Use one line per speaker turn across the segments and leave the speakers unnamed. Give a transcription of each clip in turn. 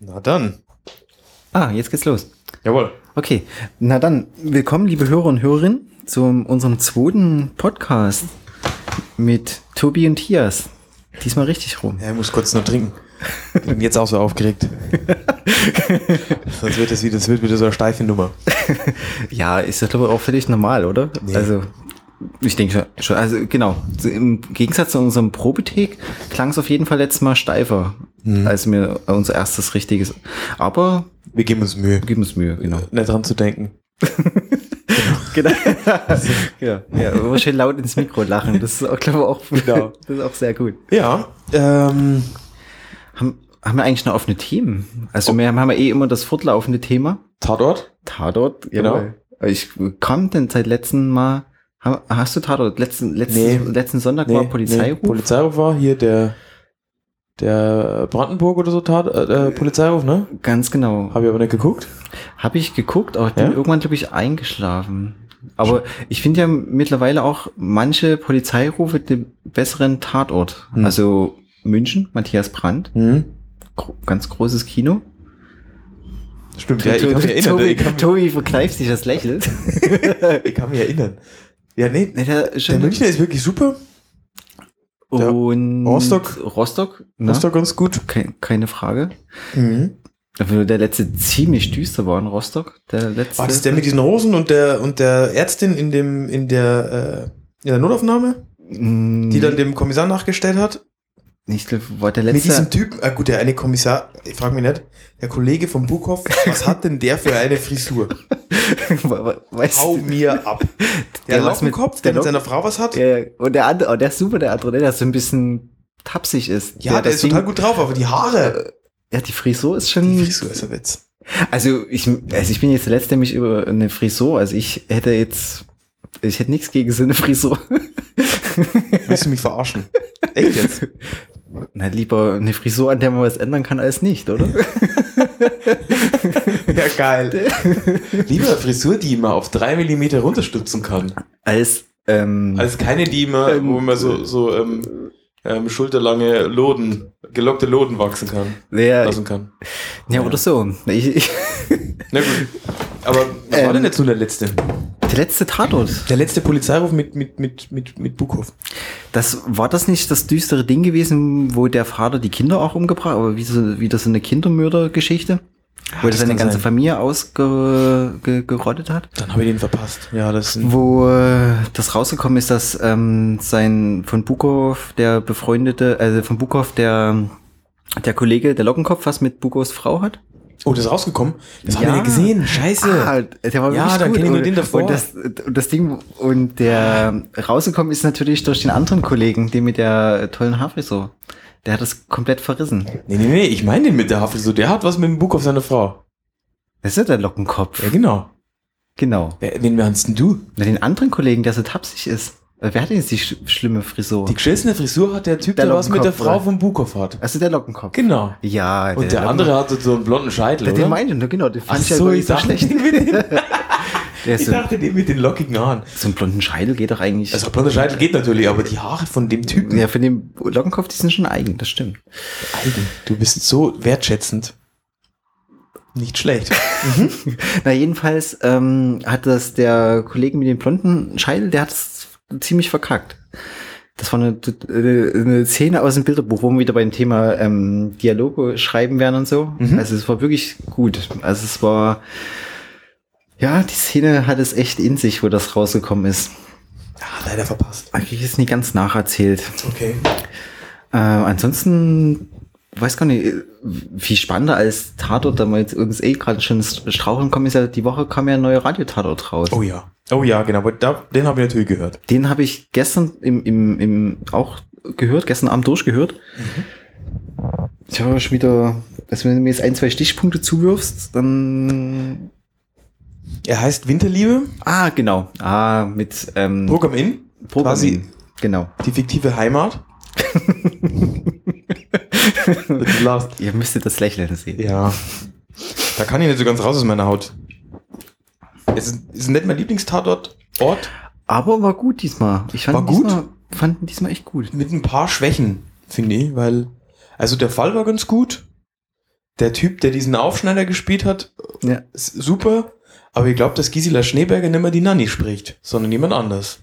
Na dann.
Ah, jetzt geht's los.
Jawohl.
Okay, na dann, willkommen, liebe Hörer und Hörerinnen, zu unserem zweiten Podcast mit Tobi und Tias. Diesmal richtig rum.
Ja, ich muss kurz noch trinken. Ich bin jetzt auch so aufgeregt. Sonst wird das wieder, das wird wieder so eine steife Nummer.
Ja, ist das glaube ich auch völlig normal, oder? Also, ich denke schon, schon, also genau. So Im Gegensatz zu unserem Probethek klang es auf jeden Fall letztes Mal steifer, als wir unser erstes richtiges. Aber
Wir geben uns Mühe,
geben uns Mühe, genau.
nicht dran zu denken.
Genau. ja, ja, immer schön laut ins Mikro lachen. Das ist auch, glaube ich, auch,
Genau.
das ist auch sehr gut.
Ja, ähm,
Haben, haben wir eigentlich noch offene Themen? Also wir haben, haben ja eh immer das fortlaufende Thema.
Tatort?
Tatort,
Genau.
jawohl. Ich kam denn seit letzten Mal, ha- hast du Tatort? Letzten, letzten,
Nee.
letzten Sonntag war Polizeiruf?
Polizeiruf war hier der, der Brandenburg oder so Tat, äh, äh, Polizeiruf, ne?
Ganz genau.
Habe ich aber nicht geguckt.
Habe ich geguckt, aber ich bin
Ja?
irgendwann, glaube ich, eingeschlafen. Aber ich finde ja mittlerweile auch manche Polizeirufe den besseren Tatort.
Hm.
Also München, Matthias Brandt,
Mhm.
gro ganz großes Kino.
Stimmt, ja, ich kann mich erinnern.
Tobi,
Ich kann,
Tobi verkneift sich das Lächeln.
ich kann mich erinnern. Ja, nee,
Nee, der ist
der
schon-
Münchner ist wirklich super. Der
Und
Rostock.
Rostock, ne?
Das ist doch ganz gut.
Ke keine Frage.
Mhm.
Obwohl Der letzte ziemlich düster war in Rostock. Der letzte.
War das der mit diesen Rosen und der und der Ärztin in dem in der äh, in der Notaufnahme,
Mm,
die dann dem Kommissar nachgestellt hat?
ich glaub, war der
Mit diesem
letzte.
Typen, ah, gut, der eine Kommissar, ich frage mich nicht, der Kollege vom Buchhoff, was hat denn der für eine Frisur?
Wa- wa- weißt
Hau mir ab. Der,
Der
der
was mit-
Kopf, der
der
mit
Locken-
seiner Frau was hat?
du? Ja, ja. Und der andere, oh, der ist super, der andere, ne? der so ein bisschen tapsig ist.
Ja, der,
das
ist
Ding-
total gut drauf, aber die Haare.
Ja, die Frisur ist schon.
Die Frisur ist ein Witz.
Also ich, also ich bin jetzt der Letzte, der mich über eine Frisur, also ich hätte jetzt, ich hätte nichts gegen so eine Frisur.
Willst du mich verarschen? Echt jetzt?
Na, lieber eine Frisur, an der man was ändern kann, als nicht, oder?
Ja, geil. Lieber Frisur, die man auf drei Millimeter runterstützen kann.
Als, ähm,
Also keine, die immer,
Ähm,
wo immer so, so ähm, ähm, schulterlange Loden, gelockte Loden wachsen kann,
ja,
lassen kann.
ja, oder so. Ich, ich,
Na gut. Aber was war
Ähm,
denn jetzt so der letzte?
der letzte Tatort,
Der letzte Polizeiruf mit, mit, mit, mit, mit Bukhoff.
das war das nicht das düstere Ding gewesen, wo der Vater die Kinder auch umgebracht, aber wie so, wie das so eine Kindermördergeschichte, wo er
das
seine
kann
ganze
sein.
Familie ausgerottet hat.
Dann habe ich den verpasst. Ja, das ist
wo äh, das rausgekommen ist, dass ähm, sein von Bukow der befreundete, also von Bukow der der Kollege, der Lockenkopf, was mit Bukows Frau hat.
Oh, das ist rausgekommen? Das
Ja.
habe ich nicht gesehen. Scheiße.
Ah, der war
Ja,
wirklich
dann
gut.
kenn ich nur
und,
den davor.
Und das, und das Ding und der rausgekommen ist natürlich durch den anderen Kollegen, den mit der tollen Haarfrisur. Der hat das komplett verrissen.
Nee, nee, nee, ich meine den mit der Havel so. Der hat was mit dem Bukhoff seiner Frau.
Das ist ja der Lockenkopf.
Ja, genau.
Genau.
Wer, wen meinst denn du?
Und den anderen Kollegen, der so tapsig ist. Wer hat denn jetzt die sch schlimme Frisur?
Die geschissene Frisur hat der Typ,
Der
der, was mit der
Lockenkopf,
Frau
oder?
vom Bukhoff hat.
also der Lockenkopf.
Genau.
Ja,
Und der,
Locken-
andere hatte so einen blonden Scheitel,
Der,
oder?
den meinte ich, nur, genau, den fand
Ach
ich ja
so,
gar
ich
nicht so
dachte,
schlecht. Also
den mit den,
Der ist
ich
so,
dachte den mit den lockigen Haaren.
so einen blonden Scheitel geht doch eigentlich.
Also blonder Scheitel geht natürlich, aber die Haare von dem Typen.
ja, für den Lockenkopf, die sind schon eigen, das stimmt.
Alter, Du bist so wertschätzend. Nicht schlecht.
Na, jedenfalls ähm, hat das der Kollege mit dem blonden Scheitel, der hat es ziemlich verkackt. Das war eine, äh, eine Szene aus dem Bilderbuch, wo wir wieder beim Thema ähm, Dialoge schreiben werden und so.
Mhm.
Also es war wirklich gut. Also es war, ja, die Szene hat es echt in sich, wo das rausgekommen ist.
Ah, leider verpasst.
Hab Ich es nie ganz nacherzählt.
Okay.
Ähm, ansonsten weiß gar nicht, äh, viel spannender als Tatort, da wir jetzt uns eh gerade schon ins Straucheln kommen, ist ja, die Woche kam ja ein neuer Radiotatort raus.
Oh ja. Oh ja, genau. aber Da, den habe ich natürlich gehört.
Den habe ich gestern im, im, im auch gehört, gestern Abend durchgehört. Ich habe schon wieder, also wenn du mir jetzt ein, zwei Stichpunkte zuwirfst, dann.
Er heißt Winterliebe,
Ah, genau. Ah, mit ähm,
Bruck am Inn,
Programm-
quasi-
Genau.
die fiktive Heimat. Du lachst.
Ihr müsstet das Lächeln sehen.
ja. Da kann ich nicht so ganz raus aus meiner Haut. Es ist, ist nicht mein Lieblingstatort. Ort
Aber war gut diesmal. Ich fand
War
ihn
gut?
Diesmal, fand ihn diesmal echt gut.
mit ein paar Schwächen, finde ich, weil, also der Fall war ganz gut. der Typ, der diesen Aufschneider gespielt hat,
Ja.
ist super. Aber ihr glaubt, dass Gisela Schneeberger nicht mehr die Nanny spricht, sondern jemand anders.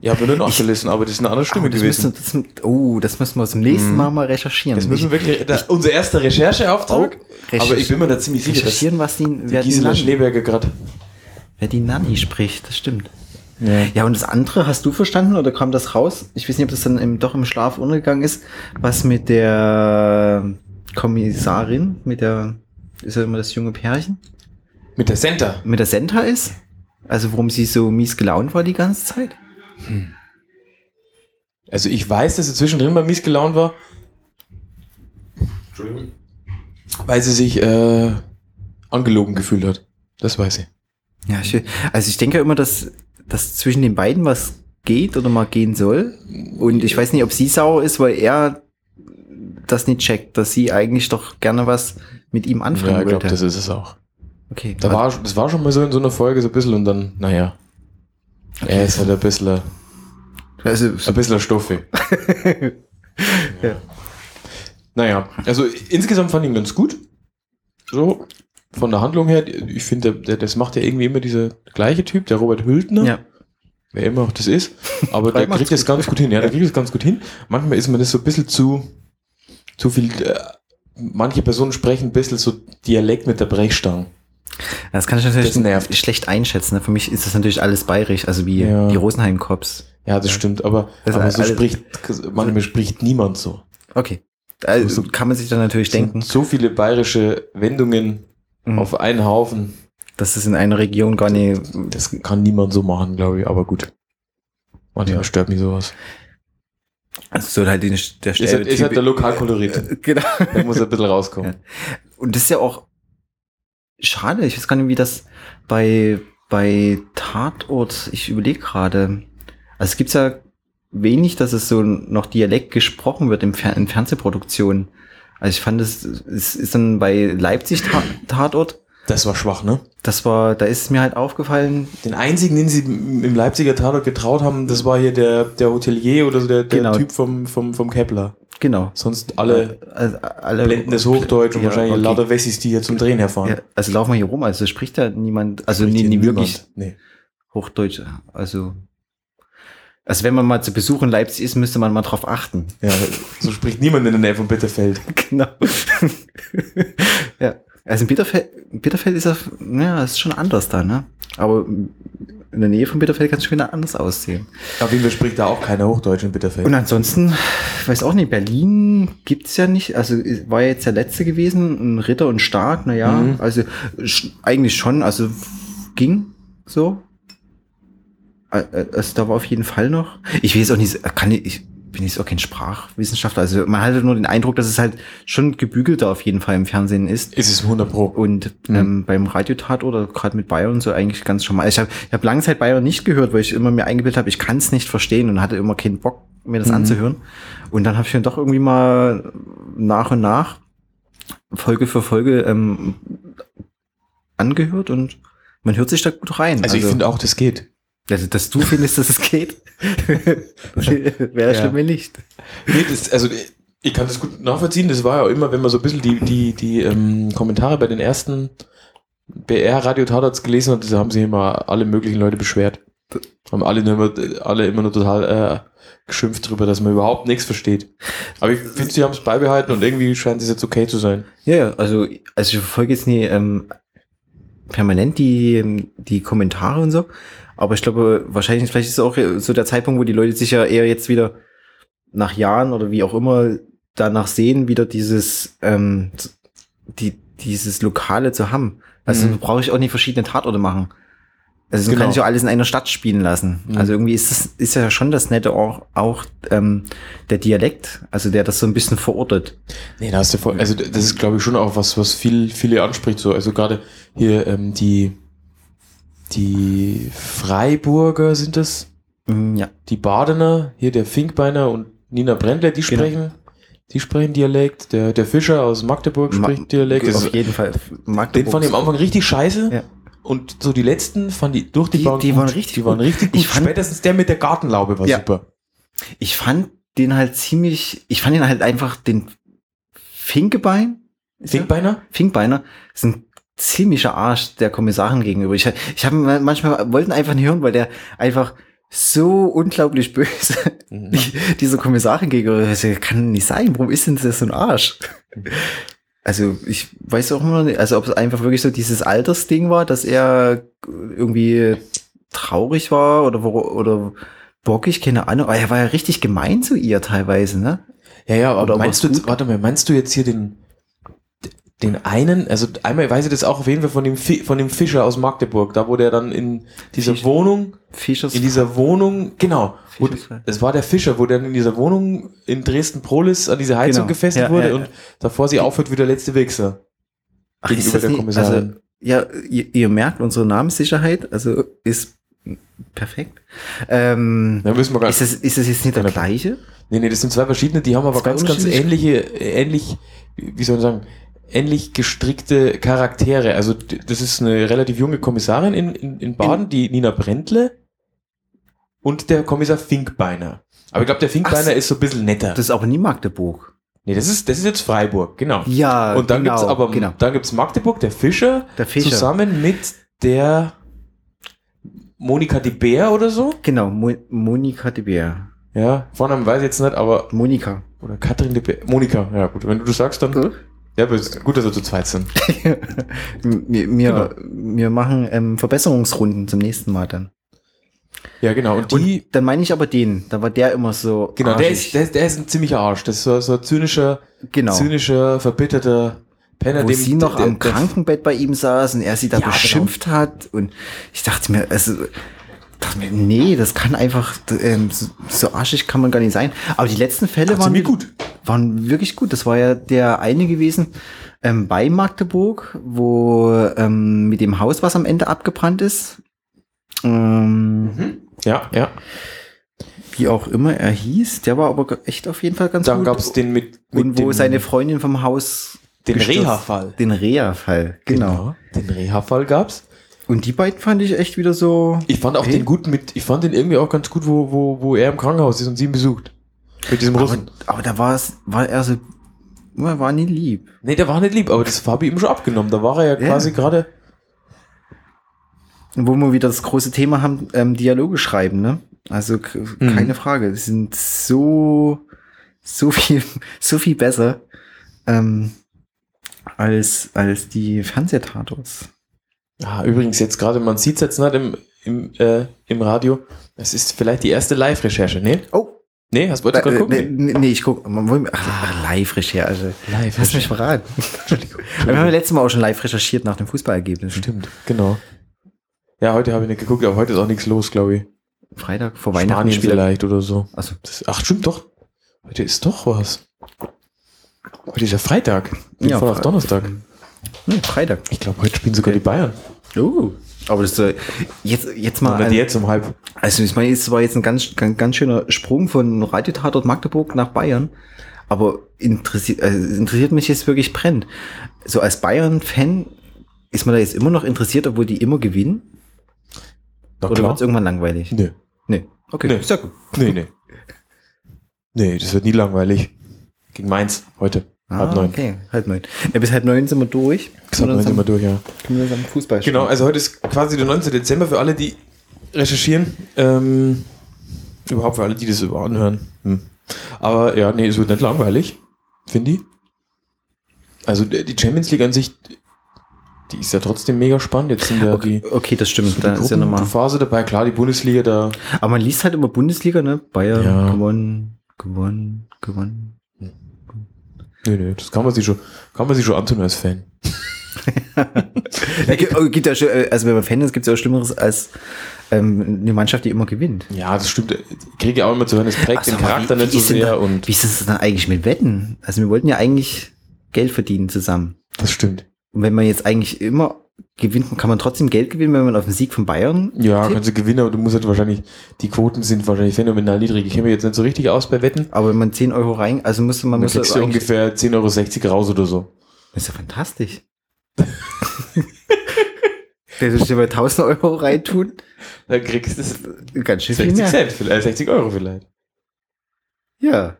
Ja, habe nur nachgelesen, aber das ist eine andere Stimme
Oh, das
gewesen. Mhm.
müssen, das, mü- oh, das müssen wir zum nächsten Mal mal recherchieren.
Das müssen
Ich-
wir wirklich, da, unser erster Rechercheauftrag.
Oh,
aber ich bin mir da ziemlich sicher, dass die
recherchieren, was die, wer, die
Gisela
Nanny,
Schneeberger gerade.
wer die Nanny spricht. Das stimmt. Ja, und das andere hast du verstanden oder kam das raus? Ich weiß nicht, ob das dann im, doch im Schlaf untergegangen ist, was mit der Kommissarin, mit der, ist ja immer das junge Pärchen,
Mit der Center.
mit der Senta ist? Also warum sie so mies gelaunt war die ganze Zeit?
Also ich weiß, dass sie zwischendrin mal mies gelaunt war,
Entschuldigung.
weil sie sich äh, angelogen gefühlt hat. Das weiß ich.
Ja, ich, also ich denke ja immer, dass, dass zwischen den beiden was geht oder mal gehen soll. Und ich weiß nicht, ob sie sauer ist, weil er das nicht checkt, dass sie eigentlich doch gerne was mit ihm anfangen
Ja, ich glaube,
wollte.
das ist es auch.
okay.
Da war, das war schon mal so in so einer Folge so ein bisschen und dann, naja. Er ist halt ein bisschen,
also,
ein bisschen Stoffe.
Ja.
Naja, also insgesamt fand ich ihn ganz gut. So, von der Handlung her, ich finde, der, der, das macht ja irgendwie immer dieser gleiche Typ, der Robert Hültner,
ja.
wer immer auch das ist. Aber
Der
der
macht's
kriegt das
gut.
ganz gut hin. Ja, der kriegt das ganz gut hin. Manchmal ist mir das so ein bisschen zu, zu viel. Äh, manche Personen sprechen ein bisschen so Dialekt mit der Brechstange.
Das kann ich
Das
natürlich
nervt.
schlecht einschätzen. ne? Für mich ist das natürlich alles bayerisch, also wie
Ja.
die Rosenheim-Cops.
Ja, das stimmt, aber,
Das
aber
ist
so
alles-
spricht, manchmal spricht niemand so.
Okay. Also
So- so-
kann man sich dann natürlich denken,
Sind so viele bayerische Wendungen
Mhm.
auf einen Haufen,
dass es in einer Region gar nicht.
das kann niemand so machen, glaube ich, aber gut. Manchmal
Ja.
stört mich sowas.
Also so halt den, der
Ist halt, ist halt der Lokalkolorit.
Genau.
Der muss ein bisschen rauskommen.
Und das ist ja auch schade. Ich weiß gar nicht, wie das bei, bei Tatort, ich überlege gerade. Also es gibt ja wenig, dass es so noch Dialekt gesprochen wird im Fer in Fernsehproduktionen. Also ich fand, es es ist dann bei Leipzig Ta Tatort.
Das war schwach, ne?
Das war, da ist mir halt aufgefallen,
Den einzigen, den sie im im Leipziger Tatort getraut haben, das war hier der, der Hotelier oder so der, der
Genau.
Typ vom, vom, vom Kepler.
genau.
Sonst alle
also, alle
blendendes Hochdeutsch und
Ja,
wahrscheinlich
okay.
lauter Wessis, die hier zum Drehen herfahren.
Ja, also laufen wir hier rum, also spricht da niemand, also
Spricht
nie,
hier
nie
niemand.
wirklich
Nee.
Hochdeutsch. Also, also wenn man mal zu Besuch in Leipzig ist, müsste man mal drauf achten.
Ja, so spricht niemand in der Nähe von Bitterfeld.
Genau. ja. Also in Bitterfeld, in Bitterfeld ist das, ja, ist schon anders da, ne? Aber in der Nähe von Bitterfeld kann es schon wieder anders aussehen.
Auf jeden Fall spricht da auch keiner Hochdeutsch in Bitterfeld.
Und ansonsten, ich weiß auch nicht, Berlin gibt's ja nicht. Also es war ja jetzt der letzte gewesen, ein Ritter und Stark, na ja,
Mhm.
also sch- eigentlich schon, also ging so. Ä- ä- Also da war auf jeden Fall noch. Ich weiß auch nicht, kann ich, ich bin jetzt auch kein Sprachwissenschaftler. Also man hatte nur den Eindruck, dass es halt schon gebügelter auf jeden Fall im Fernsehen ist.
Ist es 100 Pro.
Und ähm, beim Radiotat oder gerade mit Bayern und so eigentlich ganz schon mal. Also Ich habe ich hab lange Zeit Bayern nicht gehört, weil ich immer mir eingebildet habe, ich kann es nicht verstehen und hatte immer keinen Bock, mir das
Mhm.
anzuhören. Und dann habe ich dann doch irgendwie mal nach und nach Folge für Folge ähm, angehört und man hört sich da gut rein.
Also, ich finde auch, das geht.
also, dass du findest, dass es geht, wäre
Ja.
schlimm, wenn nicht.
Nee, das, also ich kann das gut nachvollziehen. Das war ja immer, wenn man so ein bisschen die, die, die ähm, Kommentare bei den ersten BR-Radio-Tatorts gelesen hat, da haben sich immer alle möglichen Leute beschwert. Haben alle, nur immer, alle immer nur total äh, geschimpft drüber, dass man überhaupt nichts versteht. Aber ich finde, sie haben es beibehalten und irgendwie scheint es jetzt okay zu sein.
Ja, ja, also, also ich verfolge jetzt nie ähm, permanent die, ähm, die Kommentare und so, aber ich glaube, wahrscheinlich, vielleicht ist es auch äh, so der Zeitpunkt, wo die Leute sich ja eher jetzt wieder nach Jahren oder wie auch immer danach sehen, wieder dieses, ähm, die, dieses Lokale zu haben. Also
Mhm.
brauche ich auch nicht verschiedene Tatorte machen. Also
Genau.
kann ich auch alles in einer Stadt spielen lassen.
Mhm.
Also irgendwie ist das, ist ja schon das Nette auch, auch ähm, der Dialekt, also der das so ein bisschen verortet.
Nee, da hast du voll. Also d- das ist, glaube ich, schon auch was, was viel, viele anspricht. So, also gerade hier ähm, die die Freiburger sind das,
Mm, Ja.
die Badener, hier der Finkbeiner und Nina Brendler, die
Genau.
sprechen, die sprechen Dialekt. Der der Fischer aus Magdeburg
Ma-
spricht Dialekt. Das
Auf
ist,
jeden Fall.
den fand ich am Anfang richtig scheiße.
Ja.
Und so die letzten fand ich durch die,
Die-
Bank
die
gut.
waren richtig
die waren
gut.
richtig gut.
Ich fand-
Spätestens der mit der Gartenlaube war
Ja.
super.
Ich fand den halt ziemlich, ich fand ihn halt einfach den Finkebein Ist er?
Finkbeiner?
Finkbeiner ist ein ziemlicher Arsch der Kommissarin gegenüber. Ich, ich habe manchmal wollten einfach nicht hören, weil der einfach so unglaublich böse Mhm. dieser Kommissarin gegenüber. ist. Das kann nicht sein. Warum ist denn das so ein Arsch? Also ich weiß auch immer nicht, also ob es einfach wirklich so dieses Altersding war, dass er irgendwie traurig war oder wo, oder bockig, keine Ahnung. Aber er war ja richtig gemein zu ihr teilweise, ne?
Ja, ja, aber
Oder
meinst du,
Obers
jetzt- warte mal, meinst du jetzt hier den, den einen, also einmal weiß ich das auch auf jeden Fall von dem, Fi- von dem Fischer aus Magdeburg, da wo der dann in dieser
Fischer.
Wohnung,
Fischers.
in dieser Wohnung, genau, wo,
Fischers-
es war der Fischer, wo der dann in dieser Wohnung in Dresden-Prolis an diese Heizung
Genau.
gefesselt
Ja,
wurde
ja, ja.
und davor sie aufhört wie der letzte Wichser.
Ach,
gegenüber
ist das
der
nicht, also,
Kommissarin.
ja, ihr, ihr merkt, unsere Namenssicherheit, also ist perfekt. Ähm,
Da müssen wir gar
ist, das, ist das jetzt nicht der
Keine-
gleiche?
Nee, nee, das sind zwei verschiedene, die haben aber
Zwei
ganz, ganz ähnliche,
unterschiedliche-
ähnlich, wie soll man sagen, ähnlich gestrickte Charaktere. Also d- das ist eine relativ junge Kommissarin in, in, in Baden, die Nina Brentle und der Kommissar Finkbeiner. Aber ich glaube, der Finkbeiner
so.
ist so ein bisschen netter.
Das ist aber nie Magdeburg.
nee, das ist, das ist jetzt Freiburg, genau.
Ja,
und dann
genau,
gibt's aber
genau.
dann gibt's Magdeburg, der Fischer,
Der Fischer.
zusammen mit der Monika de Beer oder so.
Genau, Mo Monika de Beer.
Ja, Vornamen weiß ich jetzt nicht, aber
Monika.
Oder Katrin de Be Monika, ja gut. Wenn du das sagst, dann.
So?
Ja, aber es ist gut, dass wir zu zweit sind.
Wir,
Genau.
wir, wir machen ähm, Verbesserungsrunden zum nächsten Mal dann.
Ja, genau. Und die.
Und dann meine ich aber den. Da war der immer so.
genau, der ist,
arschig.
der, ist- der ist ein ziemlicher Arsch. Das ist so, so ein zynischer,
genau.
zynischer, verbitterter Penner,
wo sie noch
der-
am
der-
Krankenbett bei ihm saß und er sie da
Ja, genau.
beschimpft hat und ich dachte mir, also dachte mir, nee, das kann einfach ähm, so, so arschig kann man gar nicht sein. Aber die letzten Fälle
Hat sie
waren
mir gut.
waren wirklich gut. Das war ja der eine gewesen ähm, bei Magdeburg, wo ähm, mit dem Haus, was am Ende abgebrannt ist. Ähm,
Ja, ja.
Wie auch immer er hieß, der war aber echt auf jeden Fall ganz
Dann
gut.
gab's den mit. mit
und wo
dem,
seine Freundin vom Haus
Den
gestürzt-
Reha-Fall.
Den Reha-Fall, genau.
Den Reha-Fall gab's.
Und die beiden fand ich echt wieder so.
Ich fand auch
Hey.
den guten mit. Ich fand den irgendwie auch ganz gut, wo, wo, wo er im Krankenhaus ist und sie ihn besucht. Mit diesem
aber,
Russen.
aber da war es, war er so, er war nie lieb.
nee, der war nicht lieb, aber das habe ich ihm schon abgenommen. Da war er ja
Ja.
quasi gerade.
Und wo wir wieder das große Thema haben, ähm, Dialoge schreiben, ne? Also k- keine Frage, die sind so, so viel, so viel besser ähm, als als die Fernsehtatorts.
Ah, übrigens, jetzt gerade, man sieht es jetzt nicht im, im, äh, im Radio. Das ist vielleicht die erste Live-Recherche, ne?
Oh,
Ne, hast du
äh,
gerade
äh,
gucken?
nee, nee, nee, ich guck, man wollen- ach, Live-Recherche.
Live.
Lass mich verraten. Wir haben ja letztes Mal auch schon live recherchiert nach dem Fußballergebnis.
Stimmt, genau. Ja, heute habe ich nicht geguckt, aber heute ist auch nichts los, glaube ich.
Freitag vor Weihnachten
Spanien
spielt.
vielleicht oder so.
Also
Das, ach, stimmt doch. Heute ist doch was. Heute ist ja Freitag.
Ja,
Ja, voll auf
Fre-
Donnerstag.
nee, Freitag.
Ich glaube, heute spielen sogar die Bayern.
Oh, aber das äh, jetzt jetzt mal
Nicht
ein-
jetzt um halb.
also ich meine, es war jetzt ein ganz ganz, ganz schöner Sprung von Radiotatort Magdeburg nach Bayern, aber interessiert also es interessiert mich jetzt wirklich brennend. So als Bayern Fan ist man da jetzt immer noch interessiert, obwohl die immer gewinnen
Na
oder wird
klar.
es irgendwann langweilig?
Nö.
Nee. Okay,
Nee.
ist ja gut.
Nee, nee. Nee, das wird nie langweilig. Gegen Mainz heute. halb
Ah,
neun.
Okay, halb neun. Ja, bis halb neun sind wir durch.
Gesagt, dann sind wir durch, ja.
Können wir uns am Fußball
Genau, also heute ist quasi der 19. Dezember für alle, die recherchieren. Ähm, überhaupt für alle, die das über- anhören. Hm. Aber ja, nee, es wird nicht langweilig, finde ich. Also der- die Champions League an sich, die ist ja trotzdem mega spannend. Jetzt sind ja
Okay,
die,
okay, das stimmt. Da
die
ist ja nochmal.
Phase dabei. Klar, die Bundesliga da.
Aber man liest halt immer Bundesliga, ne? Bayern
Ja.
gewonnen, gewonnen, gewonnen.
Nee, nee, das kann man sich schon, kann man sich schon antun als Fan.
Ja, gibt, oh, gibt ja, schon, äh, also wenn man Fan ist, gibt es ja auch Schlimmeres als ähm, eine Mannschaft, die immer gewinnt.
Ja, das stimmt. Ich kriege ja auch immer zu hören, es prägt
Ach,
den
sag mal,
Charakter
wie-
nicht
wie
so
ist denn da-
sehr und
Wie ist das denn eigentlich mit Wetten? Also wir wollten ja eigentlich Geld verdienen zusammen.
das stimmt.
Und wenn man jetzt eigentlich immer gewinnt, kann man trotzdem Geld gewinnen, wenn man auf den Sieg von Bayern.
Ja,
tippt?
kannst du gewinnen, aber du musst halt wahrscheinlich, die Quoten sind wahrscheinlich phänomenal niedrig. Ich kenne mich jetzt nicht so richtig aus bei Wetten.
Aber wenn man 10 Euro rein, also müsste man
Dann
müsste
kriegst du
eigentlich-
ungefähr 10,60 Euro raus oder so.
Das ist ja fantastisch. Der soll bei 1000 Euro reintun,
Dann kriegst du
ganz schön viel
60
mehr.
Cent, vielleicht, äh, 60 Euro vielleicht.
Ja.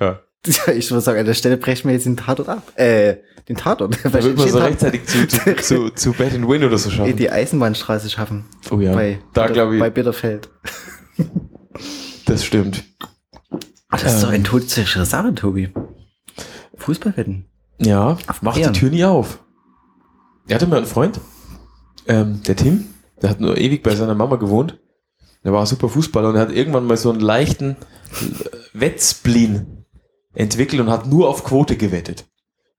Ja.
ja, ich würde sagen, an der Stelle brechen wir jetzt den Tatort ab. Äh, den Tatort.
Da wird man so rechtzeitig zu, zu, zu, zu Bad and Win oder so
in
schaffen.
die Eisenbahnstraße schaffen.
Oh ja,
Bei,
da
Bitter-
glaube ich.
bei Bitterfeld.
das stimmt.
Ah, Das ist
Ähm.
doch eine todsichere Sache, Tobi. Fußballwetten.
Ja, mach
Bayern.
die Tür nie auf. Er hatte mal einen Freund, ähm, der Tim, der hat nur ewig bei seiner Mama gewohnt. Der war ein super Fußballer und er hat irgendwann mal so einen leichten äh, Wettsplin entwickelt und hat nur auf Quote gewettet.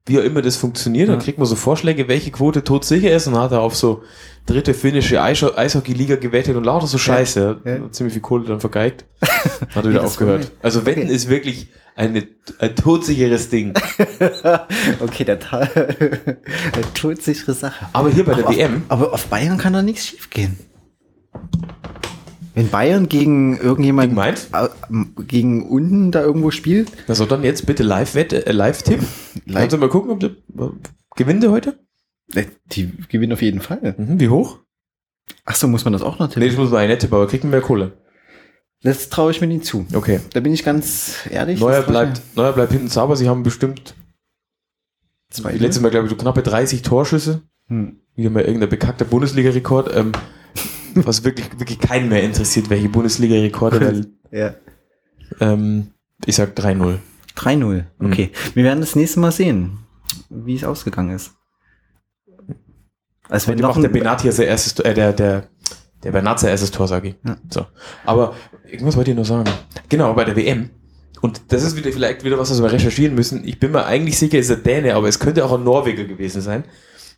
Wie auch immer das funktioniert, dann
Ja.
kriegt man so Vorschläge, welche Quote todsicher ist und dann hat er auf so dritte finnische Eisch- Eishockey-Liga gewettet und lauter so Scheiße.
Ja.
Hat Ziemlich viel Kohle dann vergeigt. Hat wieder
das
aufgehört.
war mein-
Also Wetten
Okay.
ist wirklich eine, ein todsicheres Ding.
okay, der Ta eine todsichere Sache.
Aber hier bei der
auf,
WM
Aber auf Bayern kann da nichts schief gehen. Wenn Bayern gegen
Gegen
irgendjemanden
Mainz?
Au- m- gegen unten da irgendwo spielt,
Na, soll dann jetzt bitte Live-Tipp? Äh, live tippen? Kannst du mal gucken, ob der äh, gewinnt der heute?
äh, die gewinnen auf jeden Fall.
Mhm, wie hoch?
Ach so, muss man das auch noch
Nee,
tippen?
das muss man eigentlich nicht tippen, aber kriegt man mehr Kohle.
Das traue ich mir nicht zu.
Okay.
Da bin ich ganz ehrlich.
Neuer
das trau ich
bleibt, Neuer bleibt hinten sauber. Sie haben bestimmt,
mir. Zwei.
die letzte Mal, glaube ich, so knappe 30 Torschüsse.
Hm.
Wieder mal irgendein bekackter Bundesliga-Rekord. Ähm, was wirklich, wirklich keinen mehr interessiert, welche Bundesliga-Rekorde, weil
Ja.
ähm, ich sag 3-0.
3-0.
Mhm.
Okay. Wir werden das nächste Mal sehen, wie es ausgegangen ist. Also wenn
Heute
noch
macht der
ein,
Benatia sein erstes Tor, äh, der, der, der Bernat sein erstes Tor, sag ich.
Ja.
So. Aber irgendwas wollte ich nur sagen. Genau, bei der WM. Und das ist wieder vielleicht wieder was, was wir recherchieren müssen. Ich bin mir eigentlich sicher, es ist ein Däne, aber es könnte auch ein Norweger gewesen sein.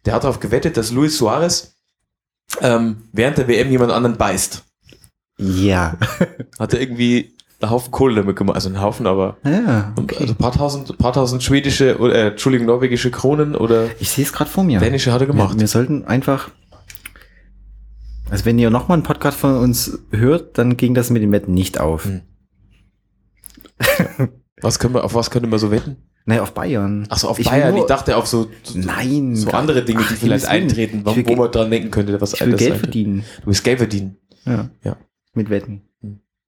Der hat darauf gewettet, dass Luis Suarez ähm, während der WM jemand anderen beißt.
ja.
Hat er irgendwie einen Haufen Kohle damit gemacht. Also einen Haufen, aber
ja.
und also ein paar tausend, paar tausend schwedische, oder, äh, Entschuldigung, norwegische Kronen oder
Ich sehe es gerade vor mir.
dänische hat er gemacht.
Wir, wir sollten einfach. Also wenn ihr nochmal einen Podcast von uns hört, dann ging das mit den Wetten nicht auf.
Hm. Was können wir, auf was können wir so wetten?
Naja, auf Bayern.
Achso, auf
Ich will
Bayern.
nur-
ich dachte auf so, so-
Nein.
so
gar-
andere Dinge,
Ach,
die vielleicht
Himmels Willen.
eintreten,
Ich will,
wo, wo
Ge-
man dran denken könnte, was
ich will
das
Geld
eintritt.
verdienen.
Du willst Geld verdienen.
Ja.
Ja.
Mit Wetten.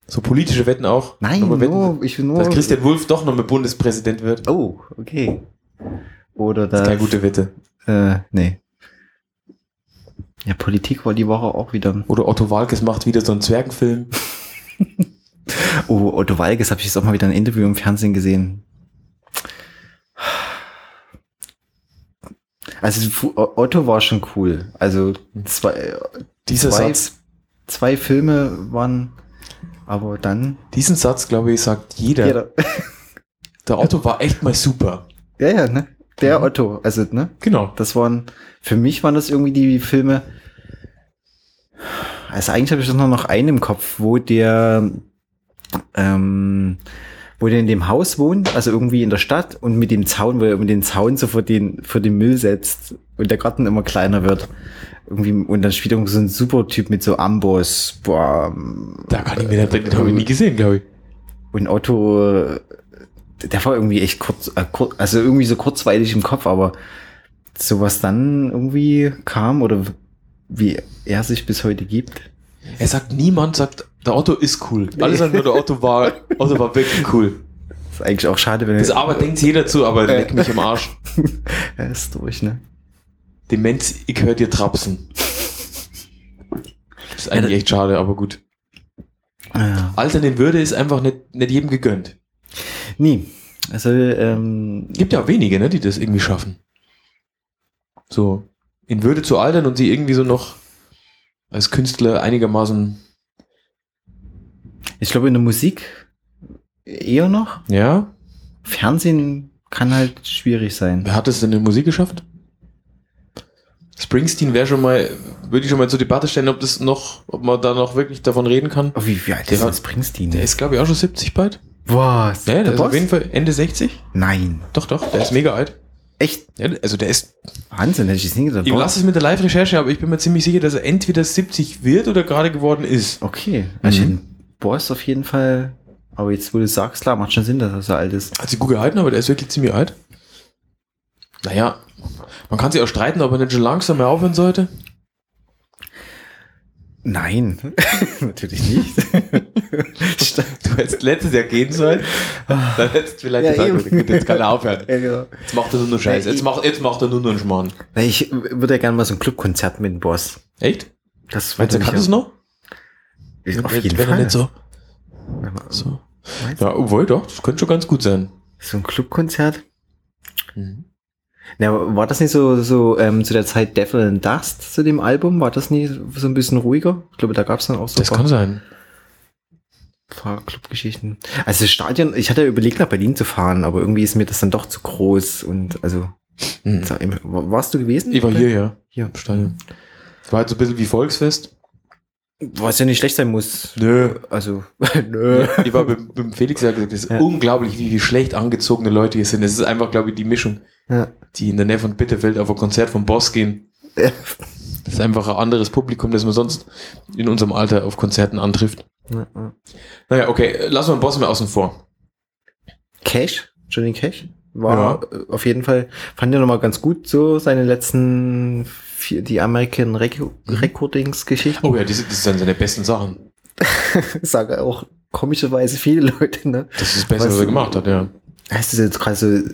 So politische Wetten auch.
Nein,
Nochmal
nur, ich will nur.
dass Christian Wulff doch nochmal Bundespräsident wird.
Oh, okay. Oder
Das
das.
ist keine gute Wette.
Äh, nee. Ja, Politik war die Woche auch wieder.
Oder Otto Walkes macht wieder so einen Zwergenfilm.
Oh, Otto Walges habe ich jetzt auch mal wieder ein Interview im Fernsehen gesehen. Also Fu- O- Otto war schon cool. Also zwei,
Dieser
zwei,
Satz,
zwei Filme waren, aber dann.
diesen Satz, glaube ich, sagt jeder.
Jeder-
Der Otto war echt mal super.
Ja, ja, ne? Der
Mhm.
Otto. Also, ne?
Genau.
Das waren, für mich waren das irgendwie die Filme. Also eigentlich habe ich das nur noch einen im Kopf, wo der, ähm, wo der in dem Haus wohnt, also irgendwie in der Stadt und mit dem Zaun, wo er über den Zaun so vor den, vor den Müll setzt und der Garten immer kleiner wird. Irgendwie, und dann spielt irgend so ein super Typ mit so Ambos, boah,
Da kann ich mir nicht denken, den habe ich nie gesehen, glaube ich.
und Otto, äh, der war irgendwie echt kurz, äh, kur- also irgendwie so kurzweilig im Kopf, aber sowas dann irgendwie kam oder wie er sich bis heute gibt.
Er sagt, niemand sagt, der Otto ist cool. Alle sagen nur, der Otto war, Otto war wirklich cool.
Ist eigentlich auch schade, wenn
Das aber denkt jeder zu, aber leck mich im Arsch.
er ist durch, ne?
Demenz, ich höre dir trapsen. Ist
Ja, das-
eigentlich echt schade, aber gut.
Ah, Ja.
Altern in Würde ist einfach nicht, nicht jedem gegönnt.
Nee. Also, ähm,
Gibt ja auch wenige, ne, die das irgendwie schaffen. So, in Würde zu altern und sie irgendwie so noch als Künstler einigermaßen,
ich glaube in der Musik eher noch.
ja.
Fernsehen kann halt schwierig sein.
Wer hat es denn in Musik geschafft? Springsteen wäre schon mal, würde ich schon mal zur Debatte stellen, ob das noch, ob man da noch wirklich davon reden kann.
Oh, wie, wie alt
Der
ist
war-
das Springsteen?
Der ist, glaube ich, auch schon 70 bald.
Was?
Ja, der,
der
ist auf
Boss?
jeden Fall Ende 60.
Nein.
Doch, doch, der ist mega alt.
Echt?
Ja, also der ist
Wahnsinn, hätte ich es nie gedacht.
Ich
Boah.
lasse es mit der Live-Recherche, aber ich bin mir ziemlich sicher, dass er entweder 70 wird oder gerade geworden ist.
Okay, also
Mhm.
den Boss auf jeden Fall. Aber jetzt, wo du es sagst, klar, macht schon Sinn, dass er so alt ist.
Hat sie gut gehalten, aber der ist wirklich ziemlich alt. Naja, man kann sich auch streiten, ob er nicht schon langsam mehr aufhören sollte.
Nein, natürlich nicht.
Du hättest letztes Jahr gehen sollen, dann hättest du vielleicht
Ja,
gesagt,
eben.
okay, gut, jetzt kann er aufhören.
ja, genau.
Jetzt macht er nur noch Scheiß, jetzt macht, jetzt macht er nur noch einen Schmarrn.
Na, Ich würde ja gerne mal so ein Clubkonzert mit dem Boss.
Echt?
Das
Meinst du,
würde
er kann
mich
das noch?
ja- Auf
Jetzt,
jeden
wenn er
Fall.
nicht
So,
so, so. Ja, obwohl, doch, das könnte schon ganz gut sein.
so ein Clubkonzert. Mhm. Na, aber war das nicht so, so ähm, zu der Zeit Devil and Dust zu dem Album? War das nicht so ein bisschen ruhiger? Ich glaube, da gab es dann auch so
Das kann sein.
paar Clubgeschichten. Also das Stadion, ich hatte ja überlegt, nach Berlin zu fahren, aber irgendwie ist mir das dann doch zu groß und also.
Mhm.
sag ich mal, war- Warst du gewesen?
Ich war hier, ja,
Hier.
im Stadion. Es war halt so ein bisschen wie Volksfest.
Was ja nicht schlecht sein muss.
Nö.
Also, nö.
Ich war beim, beim Felix ja gesagt, es ist
Ja.
unglaublich, wie, wie schlecht angezogene Leute hier sind. Es ist einfach, glaube ich, die Mischung,
Ja.
die in der Nähe von Bitterfeld auf ein Konzert von Boss gehen.
Ja.
Das ist einfach ein anderes Publikum, das man sonst in unserem Alter auf Konzerten antrifft.
Ja, ja.
Naja, okay, lassen wir den Boss mal außen vor.
Cash, Johnny Cash, war äh, auf jeden Fall, fand ich nochmal ganz gut so seine letzten, vier, die American Rec Recordings-Geschichten.
Oh ja, das, das sind seine besten Sachen.
Sage auch komischerweise viele Leute, ne?
Das ist das Beste, was
Weißt
er
du-
gemacht hat, ja.
Heißt das jetzt gerade so,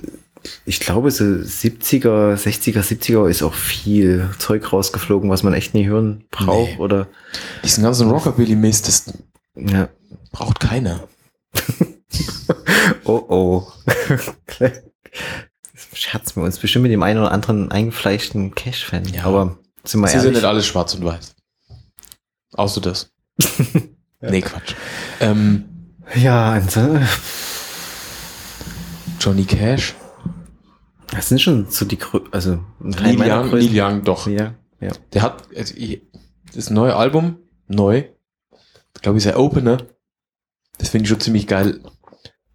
ich glaube so 70er, 60er, 70er ist auch viel Zeug rausgeflogen, was man echt nie hören braucht
Nee.
oder,
Diesen ganzen Rockabilly-Mist, das
ja.
braucht keiner.
Oh oh. Scherzen wir uns bestimmt mit dem einen oder anderen eingefleischten Cash-Fan.
Ja.
Aber sind wir
Es ist ja
ehrlich.
nicht alles schwarz und weiß. Außer das. Nee, Quatsch. Ähm,
ja, also,
Johnny Cash,
das sind schon so die Grö also ein Teil
Neil
meiner
Young,
Größen.
Neil Young, doch.
Ja, ja.
Der hat also, ich- das neue Album, neu, glaube ich, ist der Opener. Das finde ich schon ziemlich geil.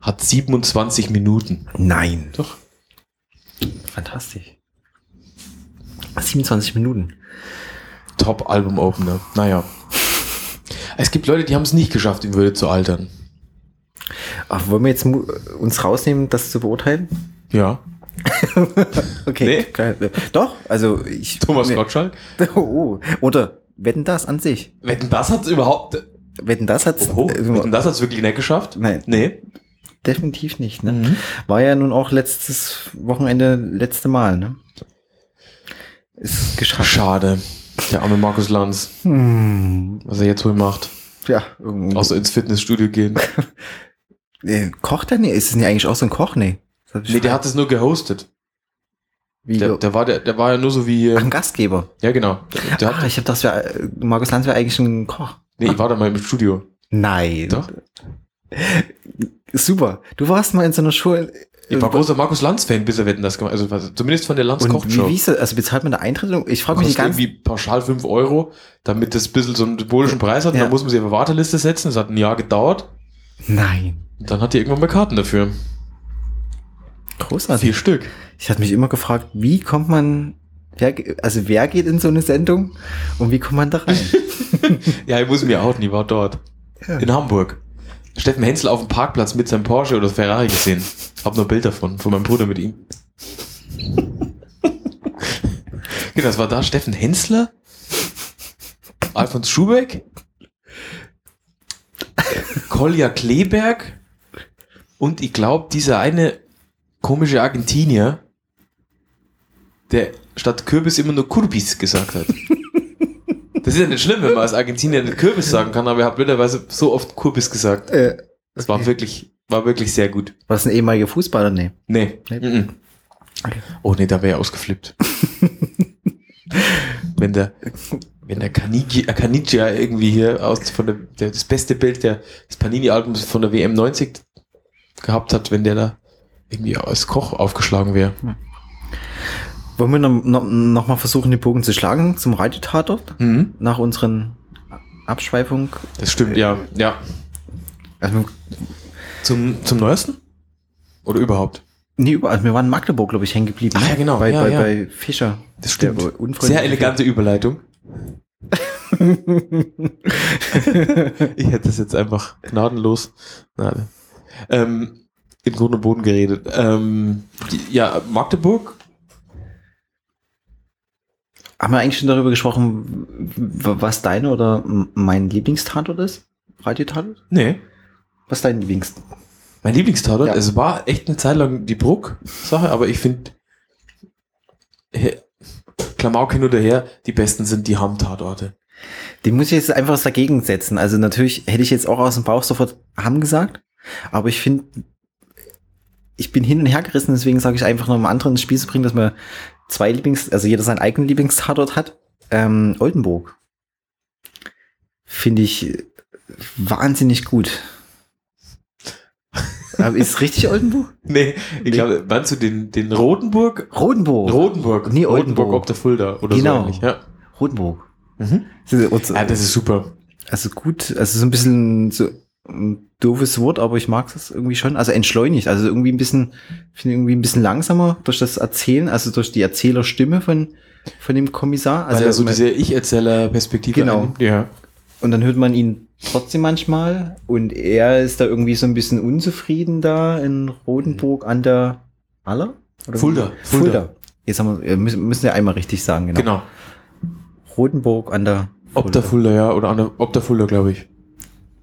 Hat 27 Minuten.
Nein.
Doch.
Fantastisch. 27 Minuten.
Top-Album-Opener. Naja. Es gibt Leute, die haben es nicht geschafft, in Würde zu altern.
Ach, Ah, wollen wir jetzt mu- uns rausnehmen, das zu beurteilen?
Ja. Nee.
Okay. Nee. Doch, also ich.
Thomas
nee.
Gottschalk.
Oh, oh. Oder wetten das an sich.
Wetten, das hat's überhaupt.
Wetten das hat's.
Oh,
äh,
wetten, das hat's wirklich nicht geschafft?
Nein,
Nee.
definitiv nicht, ne? War ja nun auch letztes Wochenende, letzte Mal, ne? Ist geschafft.
Schade. Der arme Markus Lanz,
Hm,
was er jetzt wohl macht.
ja. irgendwie-
Außer ins Fitnessstudio gehen.
Äh, Koch der? Nee, ist es nicht eigentlich auch so ein Koch? Nee. Das hab ich
Nee, der hat es nur gehostet.
wie
Der, der, war, der, der war ja nur so wie.
Ach,
äh,
ein Gastgeber.
Ja, genau. Der, der
Ah,
hat,
ich hab das wär, äh, Markus Lanz wäre eigentlich ein Koch.
nee, ich war da mal im Studio.
Nein.
Doch.
Super. Du warst mal in so einer Schule. äh,
Ich war großer Markus Lanz-Fan, bis er Wetten das gemacht Also was- zumindest von der lanz
und
kochshow
wie, wie ist das? Also bezahlt man da Eintritt? Ich frage mich die
Kostet
ganze
irgendwie pauschal 5 Euro, damit das ein bisschen so einen symbolischen Preis hat. Und
Ja.
dann muss man sich auf eine Warteliste setzen. Das hat ein Jahr gedauert.
Nein.
Und dann hat die irgendwann mal Karten dafür.
Großartig. Also
Vier Stück.
Ich hatte mich immer gefragt, wie kommt man, wer, ge- also wer geht in so eine Sendung und wie kommt man da rein?
Ja, ich muss mir outen, ich war dort.
Ja.
In Hamburg. Steffen Hensel auf dem Parkplatz mit seinem Porsche oder Ferrari gesehen. Hab noch ein Bild davon, von meinem Bruder mit ihm. genau, das war da Steffen Hensler, Alfons Schubeck, Kolja Kleberg und ich glaube, dieser eine komische Argentinier, der statt Kürbis immer nur Kurbis gesagt hat. Das ist ja nicht schlimm, wenn man als Argentinier nicht Kürbis sagen kann, aber er hat blöderweise so oft Kürbis gesagt.
äh,
Das war wirklich, war wirklich sehr gut.
war das ein ehemaliger Fußballer? Nee.
Nee.
Nee.
mhm. Oh nee, da wäre ich ausgeflippt. wenn der, wenn der Canigi- äh, Canigia irgendwie hier aus, von der, der, das beste Bild der, des Panini-Albums von der WM 90 gehabt hat, wenn der da irgendwie als Koch aufgeschlagen wäre.
Wollen wir noch, noch, noch mal versuchen, den Bogen zu schlagen zum Radiotatort
Mhm.
nach unseren Abschweifung?
Das stimmt, ja, ja.
Also,
Zum, zum neuesten? Oder überhaupt?
nee, überall. Wir waren in Magdeburg, glaube ich, hängen geblieben. ne?
Ach ja, genau.
Bei,
Ja,
bei,
ja.
bei Fischer.
Das
Der
stimmt.
wohl unfreundliche-
Sehr elegante Überleitung. ich hätte es jetzt einfach gnadenlos. Nein. Ähm, in Grund und Boden geredet. Ähm, die- ja, Magdeburg.
Haben wir eigentlich schon darüber gesprochen, w- was deine oder m- mein Lieblingstatort ist? Freititadel?
Nee.
Was ist dein Lieblings?
Mein Lieblingstadel,
Ja.
es war echt eine Zeit lang die Bruck-Sache, aber ich finde, he- Klamauk hin oder her, die besten sind die Hamm-Tatorte.
Den muss ich jetzt einfach was dagegen setzen. Also natürlich hätte ich jetzt auch aus dem Bauch sofort Hamm gesagt, aber ich finde, ich bin hin und her gerissen, deswegen sage ich einfach noch mal anderen ins Spiel zu bringen, dass man zwei Lieblings, also jeder seinen eigenen Lieblingstatort hat. Ähm, Oldenburg. Finde ich wahnsinnig gut. Aber ist richtig Oldenburg?
Nee, ich glaube, meinst du den, den Rotenburg?
Rodenburg.
Rotenburg.
Nee,
Rotenburg
Oldenburg.
ob der Fulda oder
Genau.
so ähnlich. Ja.
Rodenburg.
Mhm. ja, das ist super.
Also gut, also so ein bisschen so ein doofes Wort, aber ich mag es irgendwie schon. Also entschleunigt, also irgendwie ein bisschen, finde irgendwie ein bisschen langsamer durch das Erzählen, also durch die Erzählerstimme von, von dem Kommissar.
Also
Also
Weil er so
man-
diese Ich-Erzähler-Perspektive
Genau.
einnimmt. Ja.
und dann hört man ihn trotzdem manchmal und er ist da irgendwie so ein bisschen unzufrieden da in Rodenburg an der Aller? Oder
Fulda.
wie? Fulda. Jetzt haben wir, äh, müssen, müssen wir einmal richtig sagen, genau.
Genau.
Rodenburg an der
Ob der Fulda, ja, oder an der, ob der Fulda, glaube ich.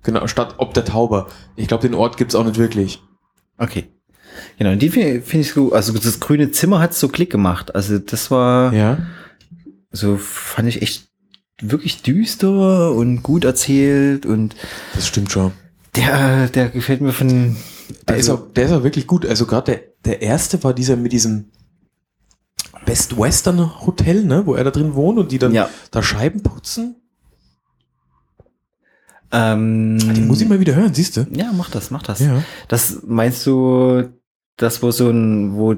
Genau, statt ob der Tauber. Ich glaube, den Ort gibt's auch nicht wirklich.
Okay. Genau, und die finde find ich gut. Also das grüne Zimmer hat so Klick gemacht. Also das war,
Ja.
so fand ich echt wirklich düster und gut erzählt und
Das stimmt schon.
der, der gefällt mir von.
Der,
also,
ist, auch, der ist auch wirklich gut. Also gerade der, der erste war dieser mit diesem Best Western Hotel, ne, wo er da drin wohnt und die dann
Ja.
da Scheiben putzen.
ähm,
Ah, Den muss ich mal wieder hören, siehst du?
Ja, mach das, mach das.
Ja.
Das meinst du, das wo so ein, wo,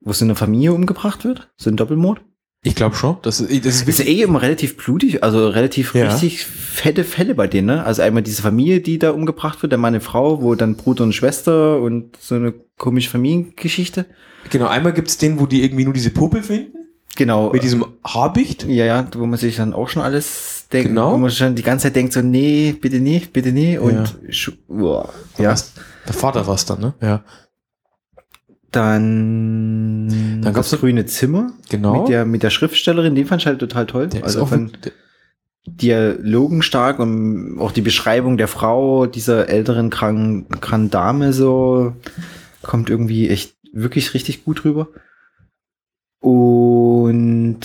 wo so eine Familie umgebracht wird? So ein Doppelmord?
Ich glaube schon. Das, ist- das ist
Ist ja
wirklich,
eh immer relativ blutig, also relativ
Ja.
richtig fette Fälle bei denen, ne? Also einmal diese Familie, die da umgebracht wird, dann mal eine Frau, wo dann Bruder und Schwester und so eine komische Familiengeschichte.
genau, einmal gibt's den, wo die irgendwie nur diese Puppe finden,
Genau. äh,
mit diesem Habicht.
ja, ja, wo man sich dann auch schon alles denkt,
Genau.
wo man schon die ganze Zeit denkt so, nee, bitte nee, bitte nee und schu- boah, ja,
Der Vater war's dann, ne? Ja.
dann,
Dann gab's
das
so-
grüne Zimmer
Genau.
mit der mit der Schriftstellerin, den fand ich halt total toll.
Der
Also
ist auch
von-
wirklich- der,
dialogenstark und auch die Beschreibung der Frau, dieser älteren kranken kranken Dame so, kommt irgendwie echt wirklich richtig gut rüber. Und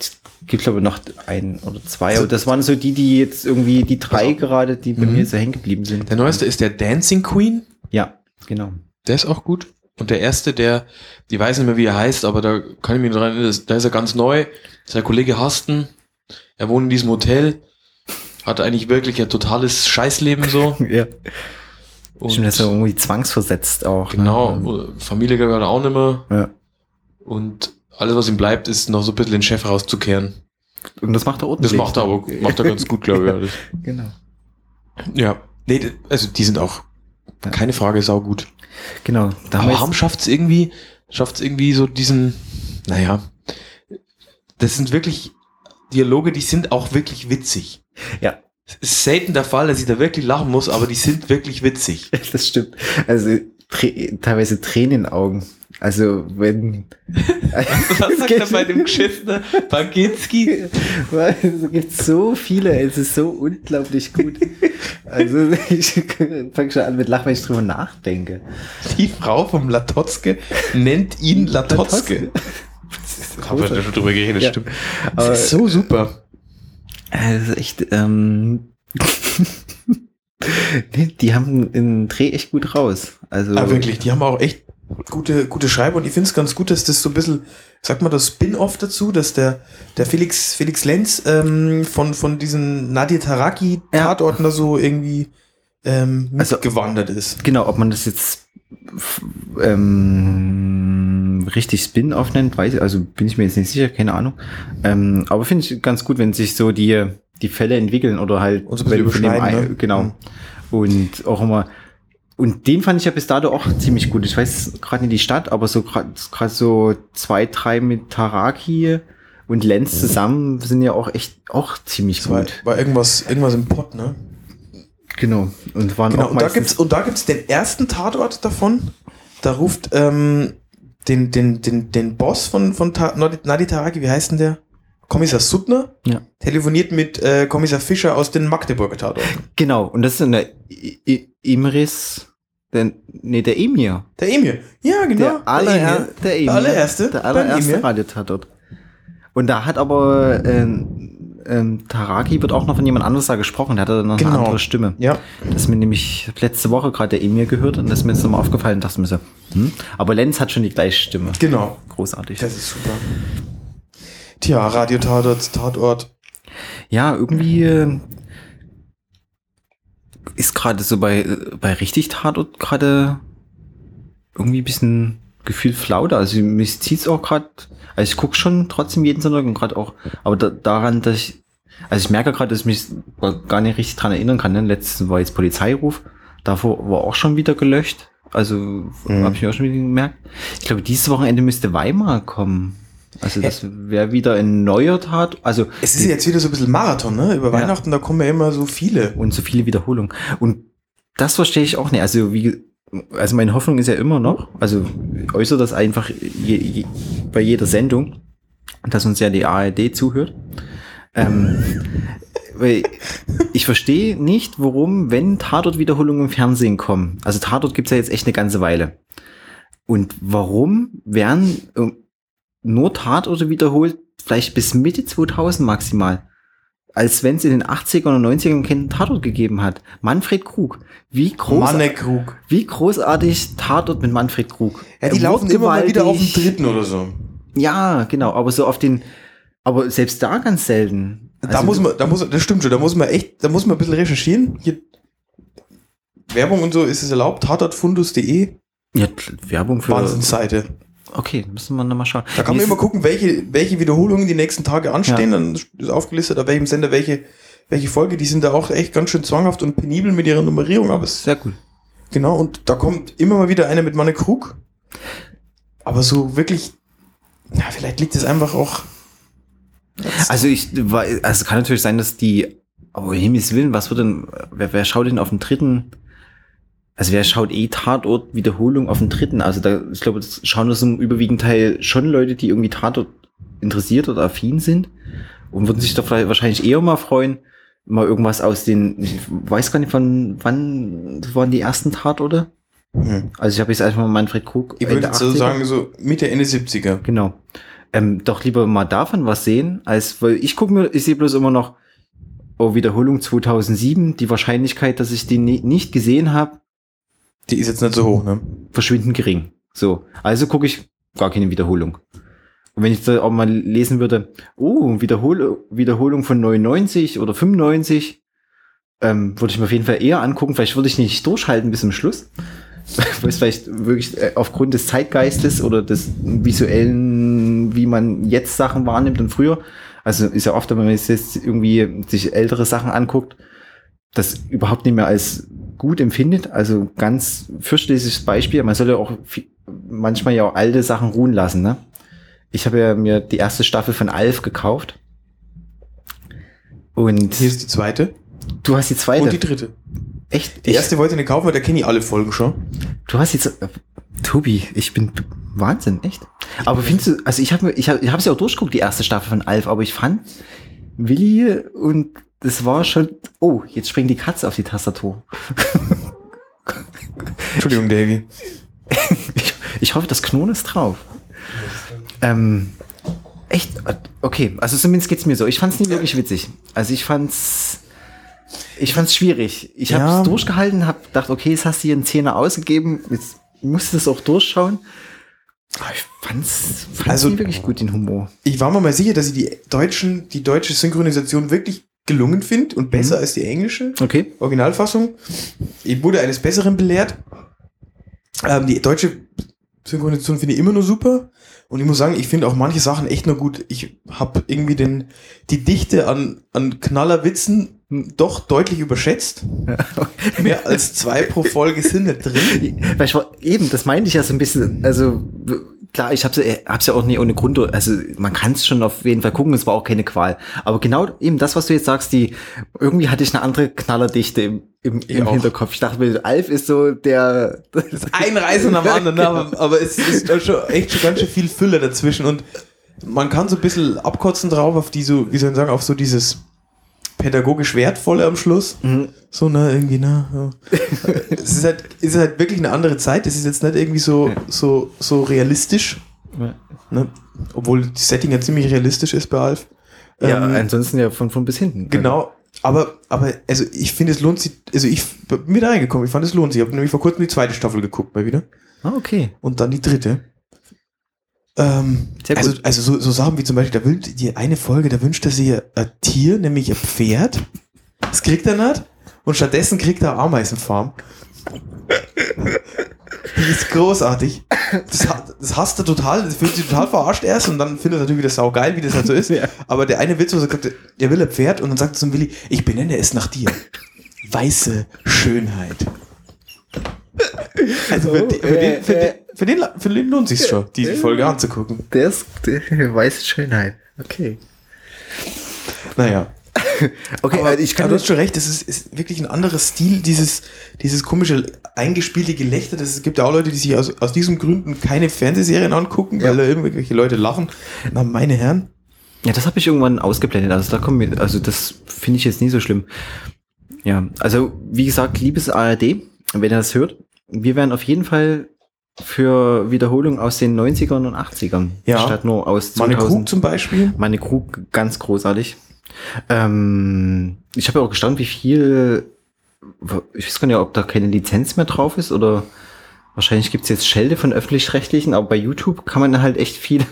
es gibt, glaube ich, noch ein oder zwei. Aber das waren so die, die jetzt irgendwie, die drei
Also-
gerade, die bei
Mhm.
mir so hängen geblieben sind.
der neueste ist der Dancing Queen.
Ja, genau.
Der ist auch gut. Und der erste, der, ich weiß nicht mehr, wie er heißt, aber da kann ich mich dran erinnern, das- da ist er ganz neu. Das ist der Kollege Hasten. Er wohnt in diesem Hotel. Hat eigentlich wirklich ein totales Scheißleben so.
Ja.
Und
Stimmt, das ist ja irgendwie zwangsversetzt auch. ne?
genau. Familie gehört auch nicht mehr.
Ja.
Und alles, was ihm bleibt, ist noch so ein bisschen den Chef rauszukehren.
Und das macht er
Das
ordentlich.
macht er aber macht er ganz gut, glaube ich.
Genau.
Ja. Nee, d- also die sind auch, keine Frage, saugut.
Genau. Da haben wir
Aber
jetzt-
Hamm schafft es irgendwie, schafft es irgendwie so diesen, naja, das sind wirklich Dialoge, die sind auch wirklich witzig.
Ja.
Es ist selten der Fall, dass ich da wirklich lachen muss, aber die sind wirklich witzig.
Das stimmt. Also trä- teilweise Tränen in den Augen. Also wenn.
Was sagt er bei dem geschissenen Baginski?
Es gibt so viele, es ist so unglaublich gut. Also ich fange schon an mit Lachen, wenn ich drüber nachdenke.
Die Frau vom Latotzke nennt ihn Latotzke.
Das ist
Haben wir da
großartig.
schon drüber geredet,
Ja.
stimmt.
Aber-
Das ist so super.
Also es ist echt. Ähm, Nee, die haben einen Dreh echt gut raus. Also
Ah, wirklich, die haben auch echt gute, gute Schreiber und ich finde es ganz gut, dass das so ein bisschen, sagt man das Spin-off dazu, dass der, der Felix, Felix Lenz ähm, von, von diesen Nadir Taraki-Tatorten da so irgendwie ähm,
Also-
mitgewandert ist.
Genau, ob man das jetzt f- ähm, richtig Spin-off nennt, weiß ich, also bin ich mir jetzt nicht sicher, keine Ahnung. Ähm, aber finde ich ganz gut, wenn sich so die, die Fälle entwickeln oder halt
Und so ein bisschen
wenn von dem
überschneiden,
ein-
ne?
Genau.
Mhm.
Und auch immer. Und den fand ich ja bis dato auch ziemlich gut. Ich weiß gerade nicht die Stadt, aber so gerade so zwei, drei mit Taraki und
Mhm.
Lenz zusammen sind ja auch echt auch ziemlich
Das war,
gut.
war irgendwas, irgendwas im Pott, ne?
Genau. Und waren
Genau,
auch
und da,
meistens-
gibt's, und da gibt's den ersten Tatort davon, da ruft ähm, den, den, den, den Boss von, von Ta Nadi Taraki, wie heißt denn der? Kommissar Suttner
Ja.
telefoniert mit äh, Kommissar Fischer aus den Magdeburger Tatorten.
Genau, und das ist in der I I Imris, der, nee, der Emir.
Der Emir. Ja, genau.
Der, aller,
Emir.
der Emir.
Der allererste.
Der
Beim
allererste
Emir.
Radiotatort. Und da hat aber ähm, ähm, Taraki wird auch noch von jemand anderes da gesprochen. Der hatte dann noch
Genau.
eine andere Stimme.
Ja.
Das ist mir nämlich letzte Woche gerade der Emir gehört und das ist mir jetzt nochmal aufgefallen und dachte mir so, hm? Aber Lenz hat schon die gleiche Stimme.
Genau.
Großartig.
Das ist super. Tja, Radio Tatort, Tatort.
Ja, irgendwie äh, ist gerade so bei, bei richtig Tatort gerade irgendwie ein bisschen gefühlt flauter. Also mich zieht's auch gerade, also ich guck schon trotzdem jeden Sonntag und gerade auch, aber da, daran, dass ich, also ich merke gerade, dass ich mich gar nicht richtig dran erinnern kann. Ne? Letztens war jetzt Polizeiruf, davor war auch schon wieder gelöscht. Also hab habe ich mir auch schon wieder gemerkt. Ich glaube, dieses Wochenende müsste Weimar kommen. Also das wäre wieder ein neuer Tat. Also
Es ist jetzt wieder so ein bisschen Marathon, ne? Über Weihnachten, da kommen ja immer so viele.
und so viele Wiederholungen. Und das verstehe ich auch nicht. Also wie, also meine Hoffnung ist ja immer noch, also äußere das einfach je, je, bei jeder Sendung, dass uns ja die ARD zuhört. Ähm, weil ich verstehe nicht, warum, wenn Tatort-Wiederholungen im Fernsehen kommen. Also Tatort gibt's ja jetzt echt eine ganze Weile. Und warum werden äh, nur Tatorte wiederholt, vielleicht bis Mitte 2000 maximal? als wenn es in den 80ern und 90ern keinen Tatort gegeben hat. Manfred Krug. Wie,
ne-
groß,
Krug.
wie großartig Tatort mit Manfred Krug.
Ja, die
Er
laufen
wurde
immer mal wieder auf
gewaltig.
den dritten oder so.
Ja, genau, aber so auf den, aber selbst da ganz selten. Also
da muss man, da muss, das stimmt schon, da muss man echt, da muss man ein bisschen recherchieren. Hier, Werbung und so ist es erlaubt. Tatortfundus.de,
Ja, t- Werbung für.
E, Wahnsinnsseite.
Okay, müssen wir nochmal schauen.
Da kann man
Mir ist-
immer gucken, welche, welche Wiederholungen die nächsten Tage anstehen. Dann ist aufgelistet, auf welchem Sender welche, welche Folge. Die sind da auch echt ganz schön zwanghaft und penibel mit ihrer Nummerierung. Aber es,
Sehr cool.
genau, und da kommt immer mal wieder einer mit Manne Krug. Aber so wirklich, na, vielleicht liegt es einfach auch.
Also ich, wei- also kann natürlich sein, dass die, oh Himmels Willen, was wird denn, wer, wer schaut denn auf den dritten? Also wer schaut eh Tatort Wiederholung auf den dritten? Also da, ich glaube, das schauen das im überwiegenden Teil schon Leute, die irgendwie Tatort interessiert oder affin sind und würden sich da vielleicht wahrscheinlich eher mal freuen, mal irgendwas aus den, ich weiß gar nicht von wann waren die ersten Tatorte.
Hm.
Also ich habe jetzt einfach mal Manfred Krug.
Ich würde
Ende
jetzt so
80er.
sagen, so Mitte, Ende 70er.
Genau. Ähm, doch lieber mal davon was sehen, als weil ich gucke mir, ich sehe bloß immer noch, oh, Wiederholung 2007, die Wahrscheinlichkeit, dass ich die ni- nicht gesehen habe,
Die ist jetzt nicht so hoch, ne?
verschwindend gering. So, also gucke ich gar keine Wiederholung. Und wenn ich da auch mal lesen würde, oh, Wiederhol Wiederholung von 99 oder 95, ähm, würde ich mir auf jeden Fall eher angucken. Vielleicht würde ich nicht durchhalten bis zum Schluss. Weil es vielleicht wirklich äh, aufgrund des Zeitgeistes oder des visuellen, wie man jetzt Sachen wahrnimmt und früher. Also ist ja oft, wenn man jetzt jetzt irgendwie sich ältere Sachen anguckt, das überhaupt nicht mehr als gut empfindet. Also ganz fürchterliches Beispiel. Man soll ja auch viel, manchmal ja auch alte Sachen ruhen lassen. Ne? Ich habe ja mir die erste Staffel von Alf gekauft. Und
Hier ist die zweite
du hast die zweite.
und die dritte.
Echt?
Die
Ich-
erste wollte ich nicht kaufen, weil da kenne ich alle Folgen schon.
Du hast jetzt. äh, Tobi, ich bin. Wahnsinn, echt? Aber findest du, also ich habe ich hab, ich hab's ja auch durchgeguckt, die erste Staffel von Alf, aber ich fand Willi und es war schon. Oh, jetzt springt die Katze auf die Tastatur.
Entschuldigung, Davy.
Ich, ich hoffe, das Knurren ist drauf. Ähm, echt? Okay, also zumindest geht's mir so. Ich fand's nie wirklich witzig. Also ich fand's. Ich fand's schwierig. Ich
Ja.
hab's durchgehalten, hab gedacht, okay, jetzt hast du hier einen Zehner ausgegeben, jetzt musst du das auch durchschauen. Aber ich fand's, fand's
Also-
nie wirklich gut, den Humor.
Ich war mir mal sicher, dass ich die deutschen, die deutsche Synchronisation wirklich gelungen finde und besser als die englische
Okay.
Originalfassung. Ich wurde eines Besseren belehrt. Ähm, die deutsche Synchronisation finde ich immer nur super. Und ich muss sagen, ich finde auch manche Sachen echt nur gut. Ich habe irgendwie den, die Dichte an, an Knallerwitzen doch deutlich überschätzt. Mehr als zwei pro Folge sind nicht drin.
Weil ich war, eben, das meinte ich ja so ein bisschen, also w- klar, ich hab's, ja- äh, hab's ja auch nie ohne Grund, also man kann es schon auf jeden Fall gucken, es war auch keine Qual. Aber genau eben das, was du jetzt sagst, die irgendwie hatte ich eine andere Knallerdichte im, im,
Ich
im
auch.
Hinterkopf. Ich dachte mir, Alf ist so der
Genau. ein Reisen am anderen, ne? aber, aber es ist da schon echt schon ganz schön viel Fülle dazwischen und man kann so ein bisschen abkotzen drauf auf die so, wie soll ich sagen, auf so dieses pädagogisch wertvolle am Schluss.
Mhm.
So, ne, irgendwie, ne. Ja. es ist halt, es ist halt wirklich eine andere Zeit. Es ist jetzt nicht irgendwie so, so, so realistisch. Ne? Obwohl das Setting ja ziemlich realistisch ist bei Alf.
Ja,
Ähm,
ansonsten ja von von bis hinten.
Genau. Aber, aber, also ich finde, es lohnt sich, also ich bin mit reingekommen, ich fand, es lohnt sich. Ich habe nämlich vor kurzem die zweite Staffel geguckt, mal wieder.
Ah, okay.
Und dann die dritte. Ähm,
Sehr gut.
also also so, so Sachen wie zum Beispiel, da wünscht die eine Folge, da wünscht er sich ein Tier, nämlich ein Pferd. Das kriegt er nicht. Und stattdessen kriegt er eine Ameisenfarm. Die ist großartig. Das, ha- das hasst er total, das fühlt sich total verarscht erst und dann findet er natürlich wieder saugeil, wie das halt so ist.
Ja.
Aber der eine Witz, wo er sagt, der will ein Pferd und dann sagt er zum Willi, ich benenne es nach dir. Weiße Schönheit. Also für,
Oh,
die, für,
äh,
den, für,
äh.
den, für, den, für den lohnt sich's schon, diese Folge anzugucken.
Der ist der weiße Schönheit. Okay.
Naja.
Okay,
Aber
also ich kann
aber du
das
hast schon recht, es ist, ist wirklich ein anderer Stil, dieses, dieses komische, eingespielte Gelächter. Das, es gibt ja auch Leute, die sich aus, aus diesen Gründen keine Fernsehserien angucken, weil da irgendwelche Leute lachen. Na, meine Herren.
Ja, das habe ich irgendwann ausgeblendet. Also da kommen wir, also das finde ich jetzt nie so schlimm. Ja, also wie gesagt, liebes ARD, wenn ihr das hört, wir werden auf jeden Fall für Wiederholungen aus den 90ern und 80ern
Ja.
statt nur aus
Meine Krug
2000.
zum Beispiel.
Meine Krug, ganz großartig. Ähm, ich habe ja auch gestaunt, wie viel, ich weiß gar nicht, ob da keine Lizenz mehr drauf ist oder wahrscheinlich gibt's jetzt Schelde von öffentlich-rechtlichen, aber bei YouTube kann man halt echt viel,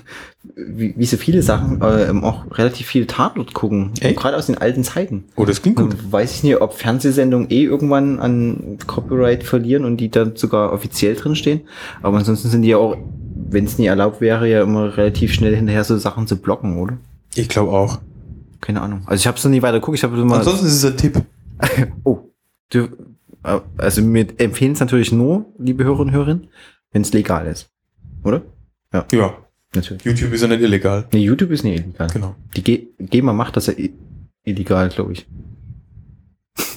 wie, wie so viele Sachen, äh, auch relativ viel Tatort gucken.
Echt?
Gerade aus den alten Zeiten.
Oh, das klingt
Und weiß ich nicht, ob Fernsehsendungen eh irgendwann an Copyright verlieren und die dann sogar offiziell drinstehen. Aber ansonsten sind die ja auch, wenn es nie erlaubt wäre, ja immer relativ schnell hinterher so Sachen zu blocken, oder?
Ich glaube auch.
Keine Ahnung. Also ich habe es noch nie weiter geguckt. Ich habe immer...
Ansonsten ist es ein Tipp.
oh, du, äh, also wir empfehlen es natürlich nur, liebe Hörer und Hörerinnen, wenn es legal ist. Oder?
Ja,
Natürlich.
YouTube ist ja nicht illegal.
Nee, YouTube ist nicht illegal.
Genau.
Die G GEMA macht das ja i- illegal, glaube ich.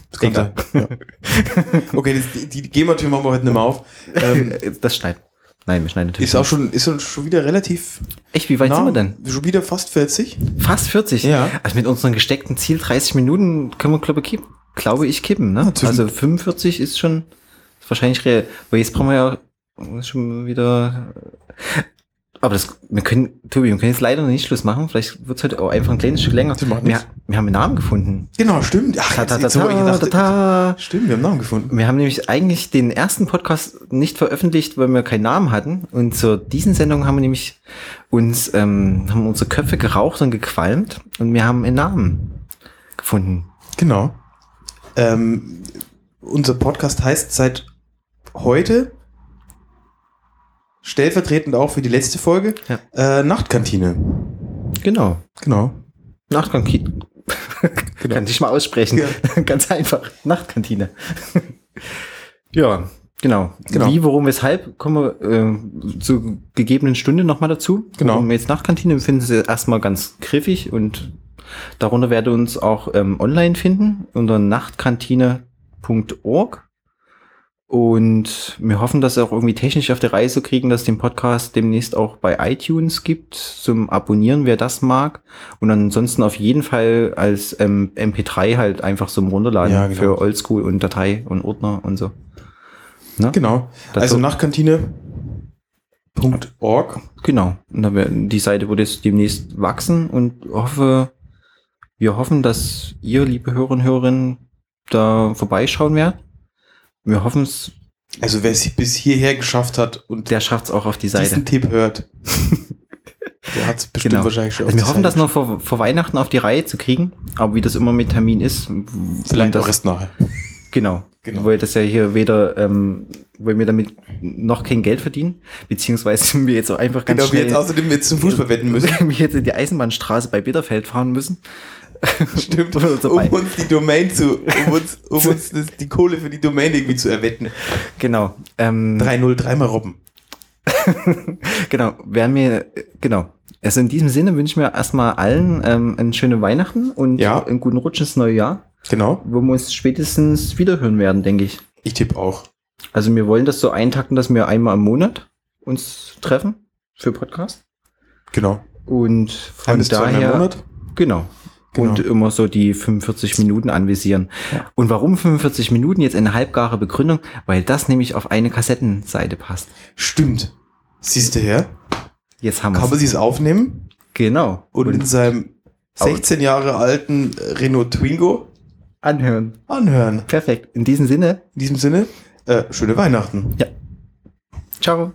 Das kann
Egal.
sein. Ja. Okay, das, die, die GEMA-Tür machen wir heute nicht mehr auf. Ähm,
Das schneiden. Nein, wir schneiden natürlich.
ist auch schon, ist schon wieder relativ.
nicht. Echt, wie weit sind wir denn?
Schon wieder fast 40.
Fast 40.
Ja.
Also mit unserem gesteckten Ziel 30 Minuten können wir, glaube ich, kippen. Glaube ich, kippen, ne?
zwischen-
also 45 ist schon ist wahrscheinlich real. Weil jetzt brauchen wir ja auch schon wieder. äh, Aber das, wir können, Tobi, wir können jetzt leider noch nicht Schluss machen. Vielleicht wird es heute auch einfach ein kleines Stück länger.
Das macht
Wir,
nichts.
wir haben einen Namen gefunden.
Genau, stimmt. Ach,
Ta, ta,
jetzt-
ta,
jetzt hab ich
ta, ta,
gedacht-
ta.
Stimmt, wir haben einen Namen gefunden.
Wir haben nämlich eigentlich den ersten Podcast nicht veröffentlicht, weil wir keinen Namen hatten. Und zu diesen Sendungen haben wir nämlich uns, ähm, haben unsere Köpfe geraucht und gequalmt und wir haben einen Namen gefunden.
Genau. Ähm, unser Podcast heißt seit heute stellvertretend auch für die letzte Folge
Ja.
äh, Nachtkantine.
Genau.
Genau.
Nachtkantine.
Genau.
Kann ich mal aussprechen. Ganz einfach. Nachtkantine. ja, genau.
Genau.
Wie, warum, weshalb kommen wir äh, zur gegebenen Stunde nochmal dazu.
Genau.
Warum wir jetzt Nachtkantine finden sie erstmal ganz griffig und darunter werdet ihr uns auch ähm, online finden unter nachtkantine.org. Und wir hoffen, dass wir auch irgendwie technisch auf die Reise kriegen, dass es den Podcast demnächst auch bei iTunes gibt zum Abonnieren, wer das mag. Und ansonsten auf jeden Fall als ähm, MP3 halt einfach zum Runterladen
Ja, genau.
für Oldschool und Datei und Ordner und so.
Genau.
Das
also
so-
Nachtkantine.org.
Genau. Und dann wir- die Seite wird jetzt demnächst wachsen und hoffe, wir hoffen, dass ihr, liebe Hörerinnen und Hörerinnen, da vorbeischauen werdet. Wir hoffen es,
Also wer es bis hierher geschafft hat und
der schafft es auch auf die Seite.
diesen Tipp hört, der hat es bestimmt
Genau.
wahrscheinlich schon
Also
auf
wir
die
hoffen, das
Seite
noch vor, vor Weihnachten auf die Reihe zu kriegen, aber wie das immer mit Termin ist, w-
geschrieben. Vielleicht
das,
auch erst nachher.
Genau.
Genau.
Weil das ja hier weder, ähm, weil wir damit noch kein Geld verdienen, beziehungsweise wir jetzt auch einfach ganz
Genau, wir
schnell,
jetzt außerdem jetzt zum Fußball wetten müssen.
wir jetzt in die Eisenbahnstraße bei Bitterfeld fahren müssen.
Stimmt,
Oder so
um
bei-
uns die Domain zu, um uns, um uns das, die Kohle für die Domain irgendwie zu erwetten.
Genau. Ähm,
3-0, mal Robben.
Genau. Werden wir, genau. Also in diesem Sinne wünschen wir erstmal allen ähm, einen schönen Weihnachten und
Ja.
einen guten Rutsch ins neue Jahr,
Genau.
wo wir uns spätestens wiederhören werden, denke ich.
Ich tippe auch.
Also wir wollen das so eintakten, dass wir einmal im Monat uns treffen für Podcast.
Genau.
Und von
bis zweimal im
daher.
Monat?
Genau.
Genau.
Und immer so die 45 Minuten anvisieren.
Ja.
Und warum 45 Minuten? Jetzt eine halbgare Begründung, weil das nämlich auf eine Kassettenseite passt.
Stimmt. Siehst du her?
Jetzt haben
Kann
wir
man
es.
sich's aufnehmen
Genau.
und, in seinem 16 Jahre alten Renault Twingo
anhören.
anhören.
Perfekt. In diesem Sinne,
In diesem Sinne, äh, schöne Weihnachten.
ciao.